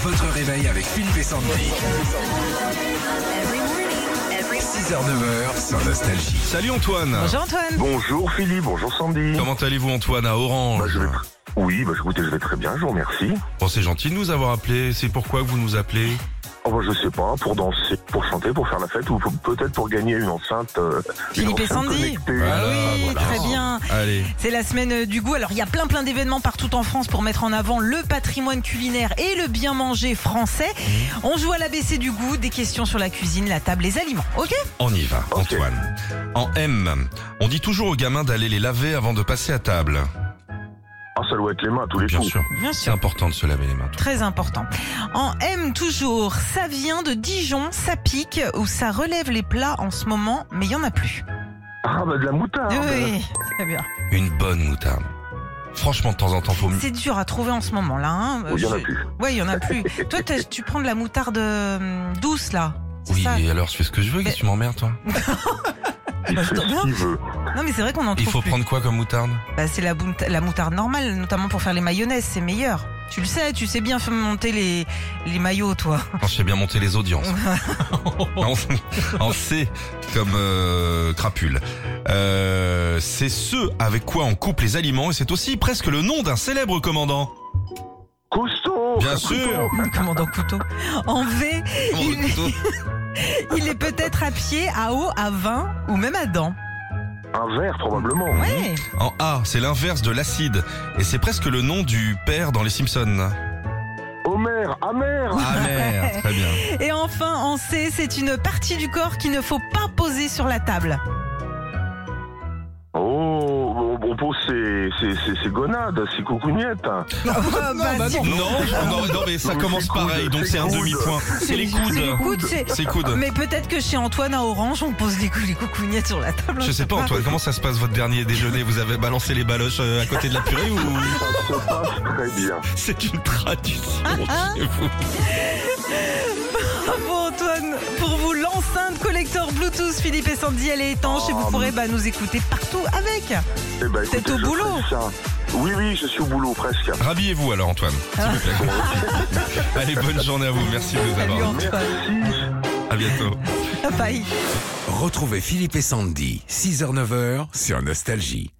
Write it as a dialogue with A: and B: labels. A: Votre réveil avec Philippe et Sandy. 6h-9h sur Nostalgie.
B: Salut Antoine
C: Bonjour Antoine
D: Bonjour Philippe, bonjour Sandy.
B: Comment allez-vous Antoine à Orange
D: Bah, je vais... Oui, bah, écoutez, je vais très bien, je vous remercie.
B: Bon, C'est gentil de nous avoir appelés, c'est pourquoi vous nous appelez
D: Oh, bah, je sais pas, pour danser, pour chanter, pour faire la fête ou pour- peut-être pour gagner une enceinte. euh,
C: Philippe
D: une
C: et
D: enceinte
C: Sandy.
D: connectée.
B: Voilà,
C: Oui,
B: voilà.
C: très bien
B: Allez,
C: c'est la semaine euh, du goût. Alors, il y a plein plein d'événements partout en France pour mettre en avant le patrimoine culinaire et le bien manger français. On joue à l'ABC du goût, des questions sur la cuisine, la table, les aliments. Ok
B: on y va
D: Ok.
B: Antoine. En M, on dit toujours aux gamins d'aller les laver avant de passer à table.
D: Ah, ça doit être les mains à tous les
B: Bien
D: coups.
B: sûr,
C: Bien
B: c'est important de se laver les mains.
C: Très important. En M toujours, ça vient de Dijon, ça pique ou ça relève les plats en ce moment, mais il n'y en a plus.
D: Ah, bah, de la moutarde.
C: Oui, très bien.
B: Une bonne moutarde. Franchement, de temps en temps, faut mieux.
C: C'est dur à trouver en ce moment là. Hein.
D: Oui, il y en a
C: Je-
D: plus.
C: Ouais, il y en a plus. Toi, t'as- tu prends de la moutarde euh, douce là. c'est
B: Oui,
C: ça
B: et alors, je fais ce que je veux, qu'est-ce que tu m'emmerdes, toi
D: Il fait
C: attends,
D: ce qu'il veut.
C: Non, mais c'est vrai qu'on en trouve
B: Il faut
C: plus.
B: prendre quoi comme moutarde
C: Bah, c'est la, bout- la moutarde normale, notamment pour faire les mayonnaises, c'est meilleur. Tu le sais, tu sais bien faire monter les, les maillots, toi.
B: Quand je sais bien monter les audiences. en, en C, comme euh, crapule. Euh, c'est ce avec quoi on coupe les aliments et c'est aussi presque le nom d'un célèbre commandant.
D: Costaud
B: Bien
D: costaud.
B: sûr.
C: Commandant couteau. En V,
B: Commandant Couteau.
C: il est peut-être à pied, à eau, à vin ou même à dents.
D: Un verre, probablement.
C: Ouais.
B: En A, c'est l'inverse de l'acide et c'est presque le nom du père dans Les Simpsons.
D: Homer, amer
B: Ah merde, très bien.
C: Et enfin, en C, c'est une partie du corps qu'il ne faut pas poser sur la table.
D: Oh, on propose ses, ses, ses, ses gonades, ses coucougnettes.
C: Ah, bah, si-
B: Non, non, non, mais ça
D: Non, mais
B: commence
D: c'est coude,
B: pareil, donc
D: c'est
B: c'est un
D: coude.
B: demi-point. C'est les coudes. Ah,
C: Écoute, c'est-
B: C'est coude.
C: Mais peut-être que chez Antoine à Orange, on pose les, cou- les coucougnettes sur la table. hein,
B: Je sais pas Antoine, comment ça se passe votre dernier déjeuner Vous avez balancé les baloches euh, à côté de la purée ou
D: Ça se passe très bien.
B: c'est une tradition chez vous
C: Bravo Antoine, pour vous l'enceinte collector Bluetooth Philippe et Sandy, elle est étanche et vous
D: Ah,
C: pourrez bah, nous écouter partout avec.
D: Eh ben,
C: T'es
D: écoutez,
C: au
D: je
C: boulot Bah,
D: fais ça. Oui, oui, je suis au boulot, presque.
B: Rhabillez-vous alors Antoine, s'il vous plaît. Allez, bonne journée à vous, merci de nous
C: Salut
B: avoir.
C: Antoine,
D: Merci.
B: À bientôt.
C: bye.
A: Retrouvez Philippe et Sandy, 6h-9h sur Nostalgie.